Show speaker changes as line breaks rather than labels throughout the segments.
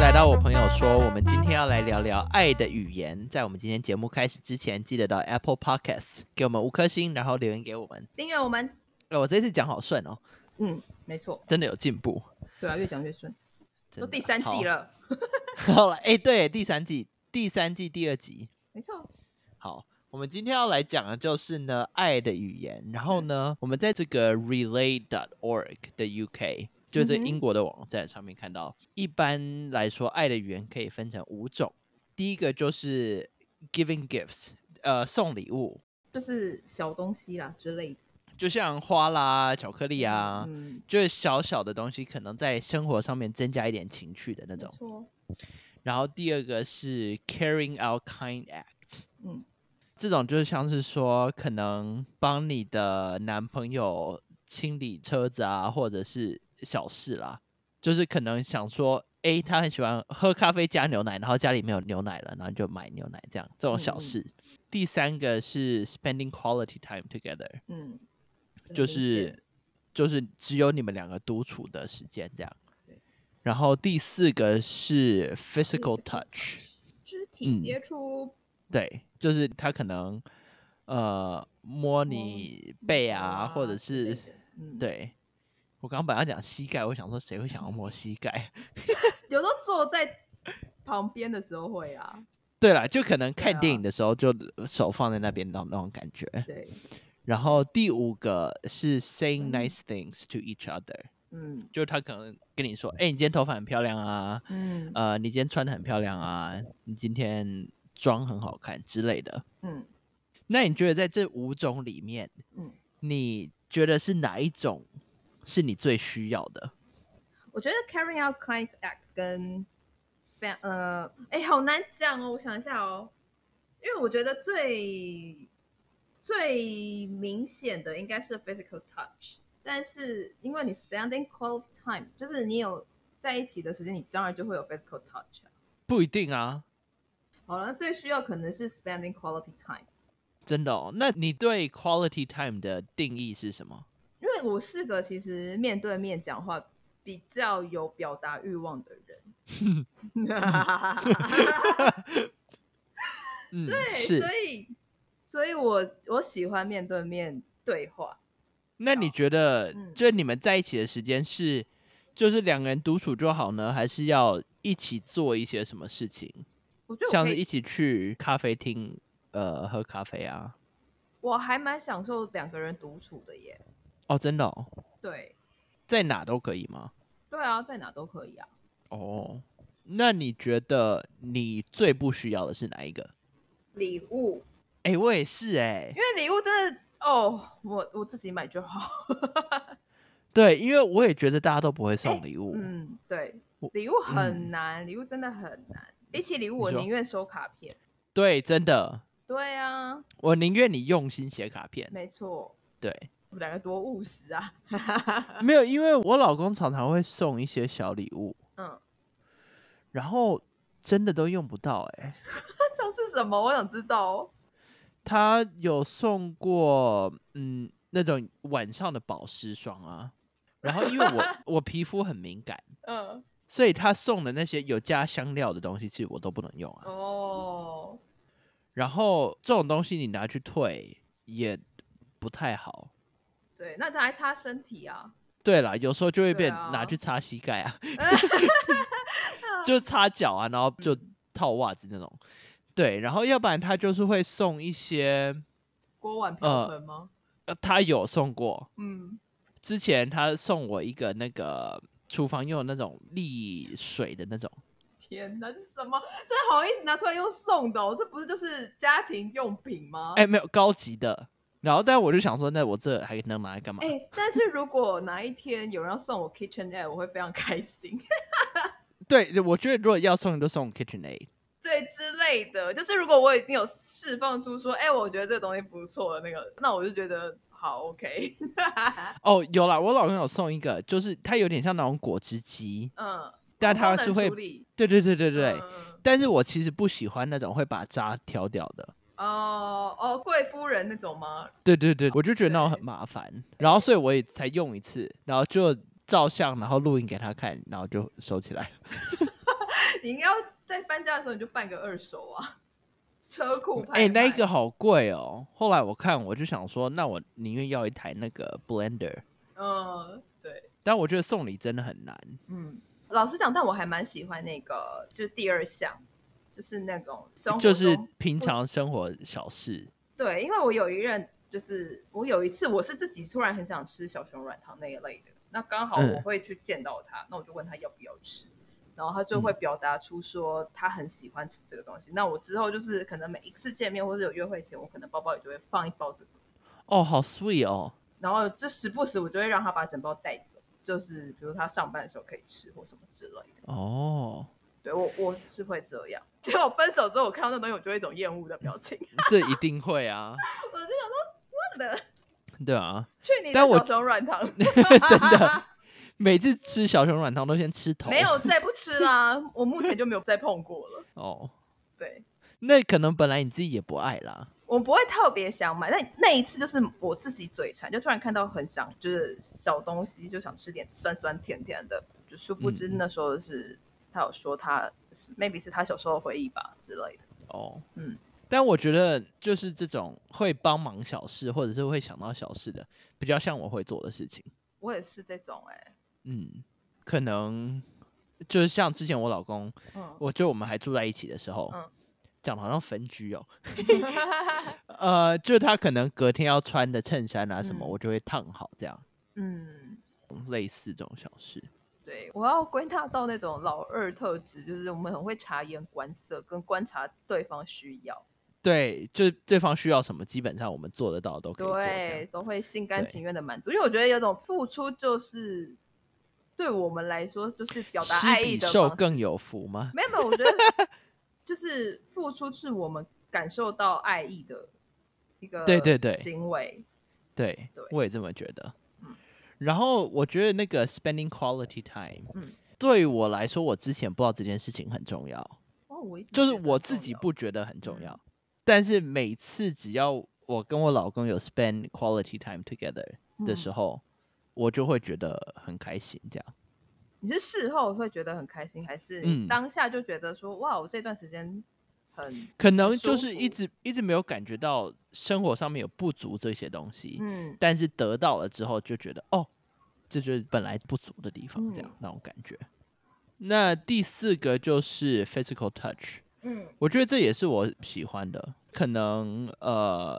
友说，我们今天要来聊聊爱的语言。在我们今天节目开始之前，记得到 Apple Podcast 给我们五颗星，然后留言给我们。
订阅我们，
哎，我这次讲好顺哦，
嗯，没错，
真的有进步。
对啊，越讲越顺，
真
都
的
第三季。了，
好好了，哎、对，第三季，第三季第二集。
没错，
好，我们今天要来讲的就是呢爱的语言。然后
嗯
呢，我们在这个 relay.org 的 UK，就是
嗯哼
英国的网站上面看到，一般来说爱的语言可以分成五种。第一个就是 giving gifts，呃，送礼物，
就是小东西啦之类的
就像花啦、巧克力啊。
嗯，
就是小小的东西，可能在生活上面增加一点情趣的那
没
种。
错，
然后第二个是 carrying out kind acts，
嗯，
这种就是像是说，可能帮你的男朋友清理车子啊，或者是小事啦，就是可能想说，诶，他很喜欢喝咖啡加牛奶，然后家里没有牛奶了，然后就买牛奶这样，这种
嗯
小
嗯
事。第三个是 spending quality time together，
嗯，
就
很明显
是就是只有你们两个独处的时间这样
对。
然后第四个是 physical
Physical
touch，
肢
嗯
体接触，
对，就是他可能呃摸
摸
你背啊，或者
之
是
类的，嗯，，
对我刚刚本来要讲膝盖，我想说谁会想要 摸膝盖？
有时候坐在旁边的时候会啊，
对啦，就可能看电
啊
影的时候就手放在那边那种那种感觉。
对，
然后第五个是 saying
嗯
nice things to each other，
嗯
就是他可能跟你说，哎、你今天头发很漂亮啊，
嗯
呃，你今天穿的很漂亮啊，你今天妆很好看之类的。
嗯
那你觉得在这五种里面，
嗯，
你觉得是哪一种是你最需要的？
我觉得 carrying out kind acts 跟 span 呃，哎，好难讲哦，我想一下哦，因为我觉得最最明显的应该是 physical touch，但是因为你 spending quality time，就是你有在一起的时间，你当然就会有 physical touch 啊、
不一定啊，
好了，那最需要可能是 spending quality time，
真的哦。那你对 quality time 的定义是什么？
因为我是个其实面对面讲话比较有表达欲望的人。
嗯，
对，
是
所。以，所以我我喜欢面对面对话。
那你觉得，
嗯
就是你们在一起的时间是，就是两个人独处就好呢，还是要一起做一些什么事情？
我觉得我
像
可
是一
以，
起去咖啡厅，呃，喝咖啡啊？
我还蛮享受两个人独处的耶。
哦，真的、哦，
对，
在哪都可以吗？
对啊，在哪都可以啊。
哦，那你觉得你最不需要的是哪一个？
礼物，
哎、我也是哎、
因为礼物真的哦，我我自己买就好。
对，因为我也觉得大家都不会送礼物。
嗯，对
我，嗯
礼物很难，礼物真的很难。比起礼物，我
你说
宁愿收卡片。
对，真的，
对啊，
我宁愿你用心写卡片。
没错，
对，
我们两个多务实啊。
没有，因为我老公常常会送一些小礼物，
嗯，
然后真的都用不到哎、
那像是什么？我想知道哦。
他有送过嗯那种晚上的保湿霜啊，然后因为我 我皮肤很敏感，
嗯，
所以他送的那些有加香料的东西，其实我都不能用啊。
嗯哦，
然后这种东西你拿去退也不太好。
对，那他还擦身体啊。
对啦，有时候就会
对
变
啊
拿去擦膝盖 啊，就擦脚啊，然后就
嗯
套袜子那种。对，然后要不然他就是会送一些，
锅碗瓢盆吗？
呃，他有送过，
嗯，
之前他送我一个那个厨房用的那种沥水的那种，
天哪，这是什么？这好意思拿出来用送的、哦？这不是就是家庭用品吗？
哎、没有高级的。然后，但我就想说，那我这还能拿来干嘛？
哎但是如果哪一天有人要送我 Kitchen Aid，我会非常开心，
对，我觉得如果要送，就送 KitchenAid。
对之类的。就是如果我已经有释放出说，哎、我觉得这个东西不错的那个，那我就觉得好 OK。
哦，有啦，我老公有送一个，就是它有点像那种果汁机，
嗯，
但它
功能
是会
处，理
对对对对对。
嗯
但是我其实不喜欢那种会把渣挑掉的，
哦哦，贵夫人那种吗？
对对对，我就觉得那种
对
很麻烦。然后，所以我也才用一次，然后就照相，然后录影给他看，然后就收起来了。
你应该要在搬家的时候你就办个二手啊，车库拍卖。
哎、那一个好贵哦。后来我看，我就想说，那我宁愿要一台那个 blender，
嗯，对，
但我觉得送礼真的很难。
嗯，老实讲，但我还蛮喜欢那个，就是第二项，就是那种生活
就是
中
平常生活小事，
对，因为我有一任，就是我有一次我是自己突然很想吃小熊软糖那一类的，那刚好
嗯
我会去见到他，那我就问他要不要吃，然后他就会
嗯
表达出说他很喜欢吃这个东西。那我之后就是可能每一次见面或者有约会前，我可能包包里就会放一包这个，
哦，好 sweet 哦。
然后就时不时我就会让他把整包带走，就是比如他上班的时候可以吃或什么之类的。
哦，
对我我是会这样， 结果分手之后我看到那东西，我就会一种厌恶的表情，
这一定会啊，
我就想说，问了，
对啊，
去你的
但我
小熊软糖。
真的，每次吃小熊软糖都先吃头，
没有再不吃啦，我目前就没有再碰过了。
哦，
对，
那可能本来你自己也不爱啦，
我不会特别想买，那那一次就是我自己嘴馋，就突然看到很想就是小东西，就想吃点酸酸甜甜的，就殊不知
嗯
那时候是、他有说他 maybe 是他小时候的回忆吧之类的。
哦，
嗯，
但我觉得就是这种会帮忙小事，或者是会想到小事的，比较像我会做的事情，
我也是这种哎、
嗯，可能就是像之前我老公，
嗯，
我就我们还住在一起的时候，
嗯
讲的好像分居 哦， 呃，就他可能隔天要穿的衬衫啊什么，
嗯
我就会烫好这样。
嗯，
类似这种小事。
对，我要归纳到那种老二特质，就是我们很会察言观色，跟观察对方需要。
对，就对方需要什么，基本上我们做得到都可以做这样。
对，都会心甘
对
情愿的满足，因为我觉得有种付出就是对我们来说就是表达
施
爱意
比
的
受
方式
更有福吗？
没有没有，我觉 得就是付出是我们感受到爱意的一个
对对对
行为，
对，
对
我也这么觉得。
嗯
然后我觉得那个 spending quality time，、
嗯
对我来说，我之前不知道这件事情很重要，
哦，我一直
就是
觉得
我
很
自
重
己
要
不觉得很重
嗯
要，但是每次只要我跟我老公有 spend quality time together 的时
嗯
候，我就会觉得很开心。这样，
你是事后会觉得很开心，还是你
嗯
当下就觉得说、哇，我这段时间很
可能就
舒
是一
服
直一直没有感觉到生活上面有不足这些东西，
嗯
但是得到了之后就觉得哦，这就是本来不足的地
嗯
方，这样、那种感觉。那第四个就是 physical touch，
嗯
我觉得这也是我喜欢的，可能呃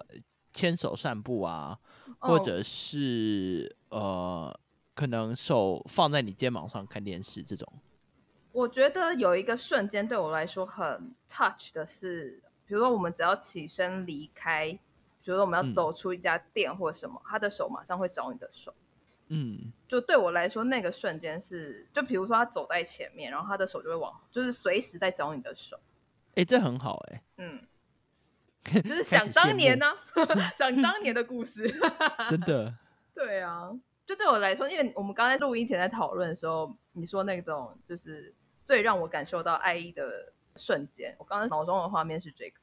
牵手散步啊，或
哦
者是、呃可能手放在你肩膀上看电视这种，
我觉得有一个瞬间对我来说很 touch 的是，比如说我们只要起身离开，比如说我们要
嗯
走出一家店或什么，他的手马上会找你的手。
嗯
就对我来说，那个瞬间是，就比如说他走在前面，然后他的手就会往，就是随时在找你的手。
诶，这很好 诶。
嗯，
就
就是想当年呢、想当年的故事。
真的，
对啊，就对我来说，因为我们刚才录音前在讨论的时候，你说那种就是最让我感受到爱意的瞬间，我刚才脑中的画面是这个，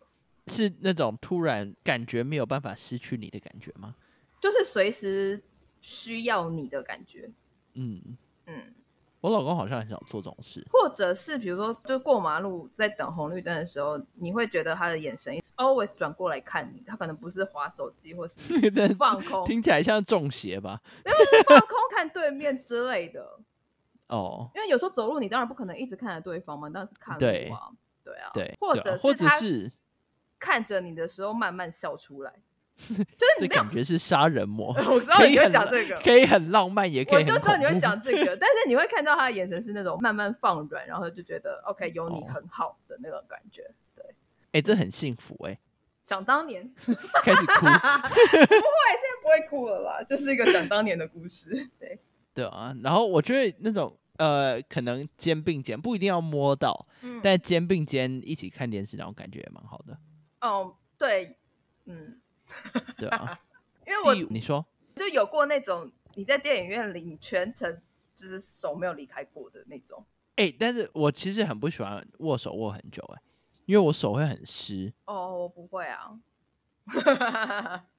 是那种突然感觉没有办法失去你的感觉吗？
就是随时需要你的感觉，
嗯，
嗯，
我老公好像很少做这种事。
或者是比如说，就过马路在等红绿灯的时候，你会觉得他的眼神一直 always 转过来看你，他可能不是划手 机或是
但是
放空，
听起来像中邪吧？
放空看对面之类的，
哦，
因为有时候走路你当然不可能一直看着对方嘛，当然是看
对
路啊，对啊，
对，
或
对啊
者
或
是
者
他
是
看着你的时候慢慢笑 出来，
这感觉是杀人魔，
我知道
可
你
以
会
很
讲这个，
可以很浪漫，也可
我
以
就
很
知道你
恐
会
怖
讲这个，但是你会看到他的眼神是那种慢慢放软，然后就 觉得 OK 有你
哦
很好的那种感觉。对，
哎，这很幸福哎，
想当年，现
开始哭，
在不会哭了啦，就是一个想当年的故事。 对，
对啊。然后我觉得那种呃，可能肩并肩不一定要摸到，
嗯
但肩并肩一起看电视那种感觉也蛮好的，
哦，对，嗯，
对啊。
因为
第
我
五你说
就有过那种你在电影院里你全程就是手没有离开过的那种。
哎，但是我其实很不喜欢握手握很久哎，因为我手会很湿。
哦，我不会啊，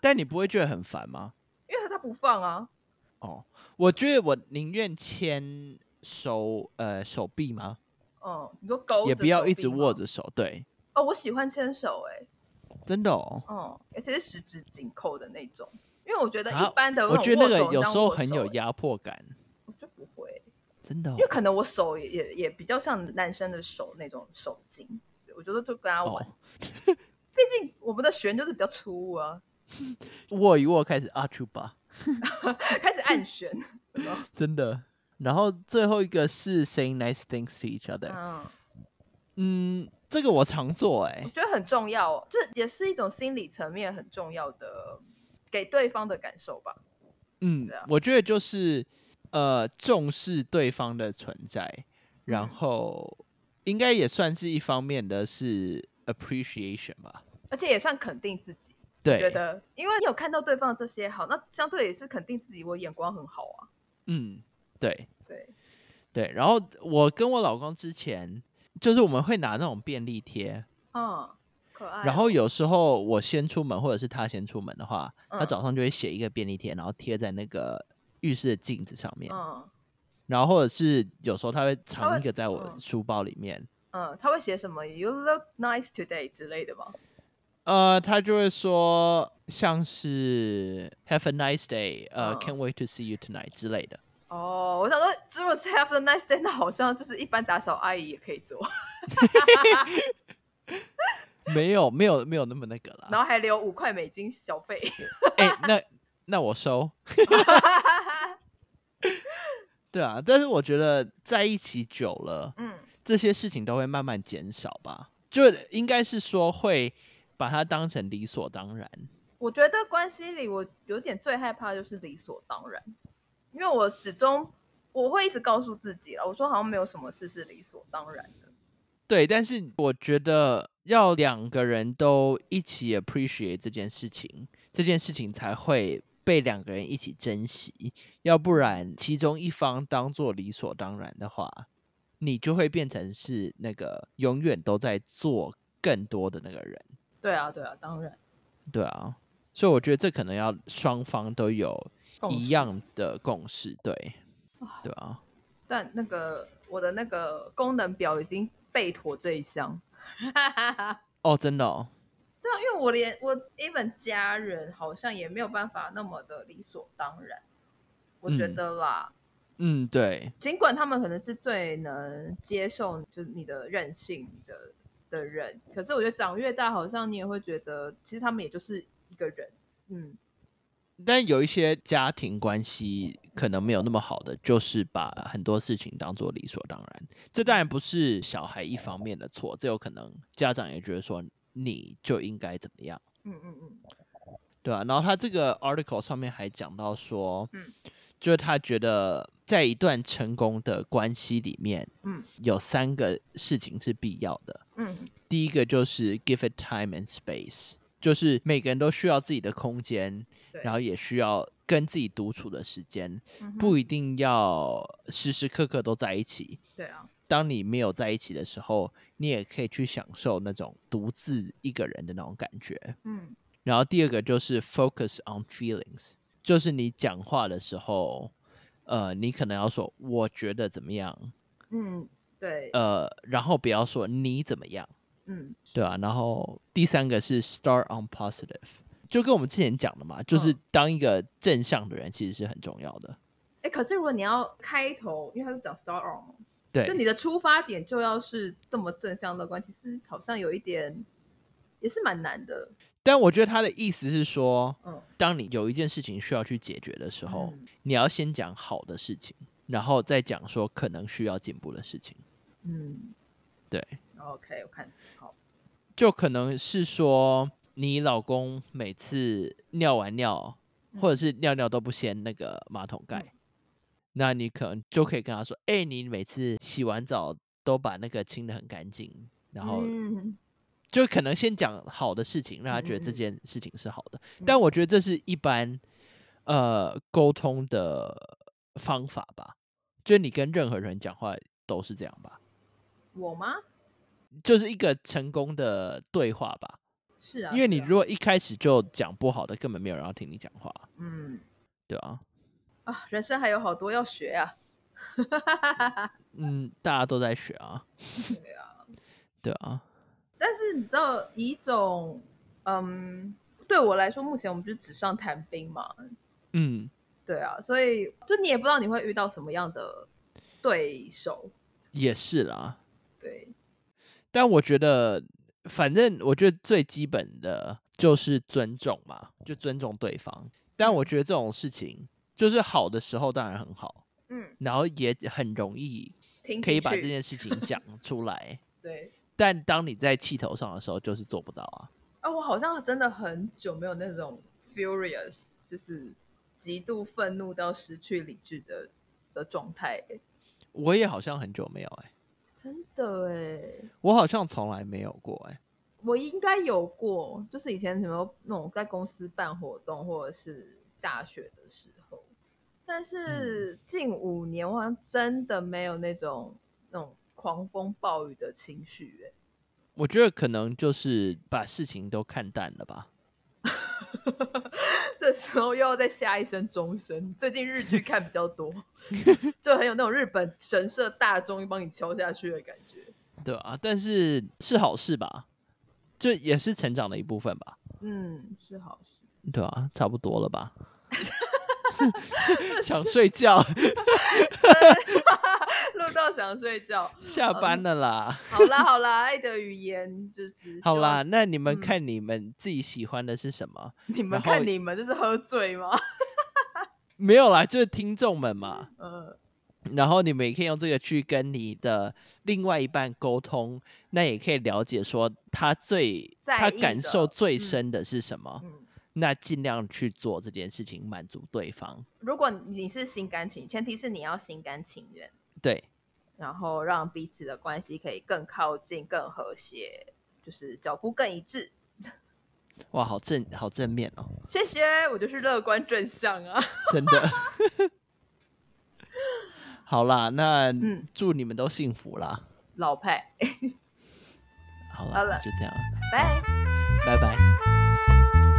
但你不会觉得很烦吗？
因为他不放啊。
哦，我觉得我宁愿牵手呃手臂吗？
嗯，你说勾
也
着
不要
手
一
臂
直
吗
握着手，对，
哦，我喜欢牵手、欸，
真的哦。
嗯，而且是十指紧扣的那种，因为我觉得
啊
一般的
我
种
觉得那
握手
个有
你这样
时候
握
很
手
有
欸
压迫感，
我就不会欸、
真的哦
因为可能我手也也也比较像男生的手那种手筋，我觉得就跟他玩，
哦，
毕竟我们的弦就是比较粗啊，
握一握开始啊阿丘吧，
开始 按弦，有没有
真的。然后最后一个是 saying nice things to each other，
嗯，
嗯，这个我常做哎、
我觉得很重要哦，这也是一种心理层面很重要的给对方的感受吧。
嗯
对啊，
我觉得就是呃重视对方的存在，然
嗯
后应该也算是一方面的是 appreciation 吧，
而且也算肯定自己，
对，
觉得因为你有看到对方这些好，那相对也是肯定自己，我眼光很好啊。
嗯，对
对，
对。然后我跟我老公之前就是我们会拿那种便利贴，
嗯，可爱哦、
然后有时候我先出门或者是他先出门的话，他
嗯
早上就会写一个便利贴，然后贴在那个浴室的镜子上面，
嗯
然后或者是有时候他会藏
会
一个在我
嗯
书包里面，
嗯，他会写什么 “You look nice today” 之类的吗？
呃，他就会说像是 Have a nice day，呃、
嗯
c a n t wait to see you tonight 之类的。
哦，我想说，如果 have a nice day，那好像就是一般打扫阿姨也可以做，
没有，没有，没有那么那个
然
啦。
后还留五块美金小费。
哎、那那我收。对啊，但是我觉得在一起久了，
嗯
这些事情都会慢慢减少吧。就应该是说会把它当成理所当然。
我觉得关系里我有点最害怕就是理所当然，因为我始终我会一直告诉自己了，我说好像没有什么事是理所当然的。
对，但是我觉得要两个人都一起 appreciate 这件事情，这件事情才会被两个人一起珍惜。要不然，其中一方当做理所当然的话，你就会变成是那个永远都在做更多的那个人。
对啊，对啊，当然
对啊，所以我觉得这可能要双方都有
共
一
识
样的共识，对，对啊，
但那个我的那个功能表已经备妥这一项。
哦，真的、哦，
对啊，因为我连我 even 家人好像也没有办法那么的理所当然，我觉
嗯
得啦，
嗯，对，
尽管他们可能是最能接受就是你的任性你的的人，可是我觉得长越大，好像你也会觉得其实他们也就是一个人，嗯，
但有一些家庭关系可能没有那么好的，就是把很多事情当做理所当然。这当然不是小孩一方面的错，这有可能家长也觉得说你就应该怎么样，
嗯嗯嗯，
对啊，然后他这个 article 上面还讲到说，
嗯
就是他觉得在一段成功的关系里面，
嗯，
有三个事情是必要的。
嗯
第一个就是 give it time and space，就是每个人都需要自己的空间
对，
然后也需要跟自己独处的时间，
嗯哼，
不一定要时时刻刻都在一起。
对啊，
当你没有在一起的时候，你也可以去享受那种独自一个人的那种感觉。
嗯
然后第二个就是 focus on feelings，就是你讲话的时候，呃，你可能要说我觉得怎么样，
嗯，对，
呃，然后不要说你怎么样，
嗯
对啊。然后第三个是 start on positive，就跟我们之前讲的嘛，就是
嗯
当一个正向的人其实是很重要的。
哎，可是如果你要开头，因为他是讲 start on，嘛就你
对，
的出发点就要是这么正向乐观，其实好像有一点也是蛮难的，
但我觉得他的意思是说，
嗯，
当你有一件事情需要去解决的时候，
嗯
你要先讲好的事情，然后再讲说可能需要进步的事情。
嗯
对，
，OK，我看好，
就可能是说你老公每次尿完尿，
嗯
或者是尿尿都不掀那个马桶盖，那你可能就可以跟他说：“哎、你每次洗完澡都把那个清的很干净。”然后
嗯
就可能先讲好的事情，让他觉得
嗯
这
嗯嗯
件事情是好的。
嗯
但我觉得这是一般呃沟通的方法吧，就你跟任何人讲话都是这样吧，
我吗？
就是一个成功的对话吧。
是啊，
因为你
是啊
如果一开始就讲不好的，根本没有人要听你讲话，
嗯
对啊，
啊，人生还有好多要学啊。
嗯，大家都在学啊。
对啊，
对啊，
但是你知道，以一种嗯，对我来说，目前我们就是纸上谈兵嘛，
嗯，
对啊，所以就你也不知道你会遇到什么样的对手，
也是啦。
对，
但我觉得，反正我觉得最基本的就是尊重嘛，就尊重对方。但
嗯
我觉得这种事情，就是好的时候当然很好，
嗯，
然后也很容易
听
可以把这
进去
件事 情讲出来。
对。
但当你在气头上的时候，就是做不到啊。
啊，我好像真的很久没有那种 furious，就是极度愤怒到失去理智的的状态欸，
我也好像很久没有哎、
真的哎，
我好像从来没有过哎、
我应该有过，就是以前什么那种在公司办活动或者是大学的时候，但是近五年我好像真的没有那种那种狂风暴雨的情绪欸
我觉得可能就是把事情都看淡了吧。
这时候又要再下一声钟声。最近日剧看比 较多，就很有那种日本神社大钟帮你敲下去的感觉。
对啊，但是是好事吧？这也是成长的一部分吧？
嗯，是好事。
对啊，差不多了吧？想睡觉，
录到想睡觉。
下班了啦。
好啦好啦，爱的语言就是
好啦，，那你们
嗯
看你们自己喜欢的是什么？
你们
然后
看你们这是喝醉吗？
没有啦，就是听众们嘛。
呃，
然后你们也可以用这个去跟你的另外一半沟通，那也可以了解说他最
在
他
意
感
的
受最
嗯
深的是什么，
嗯，
那尽量去做这件事情，满足对方。
如果你是心甘情，前提是你要心甘情愿，
对，
然后让彼此的关系可以更靠近、更和谐，就是脚步更一致。
哇，好正好正面哦，
谢谢，我就是乐观正向啊。
真的。 好啦，那
嗯
祝你们都幸福啦。
老派，
好啦，
好了
就这样，
拜。
拜拜。
拜。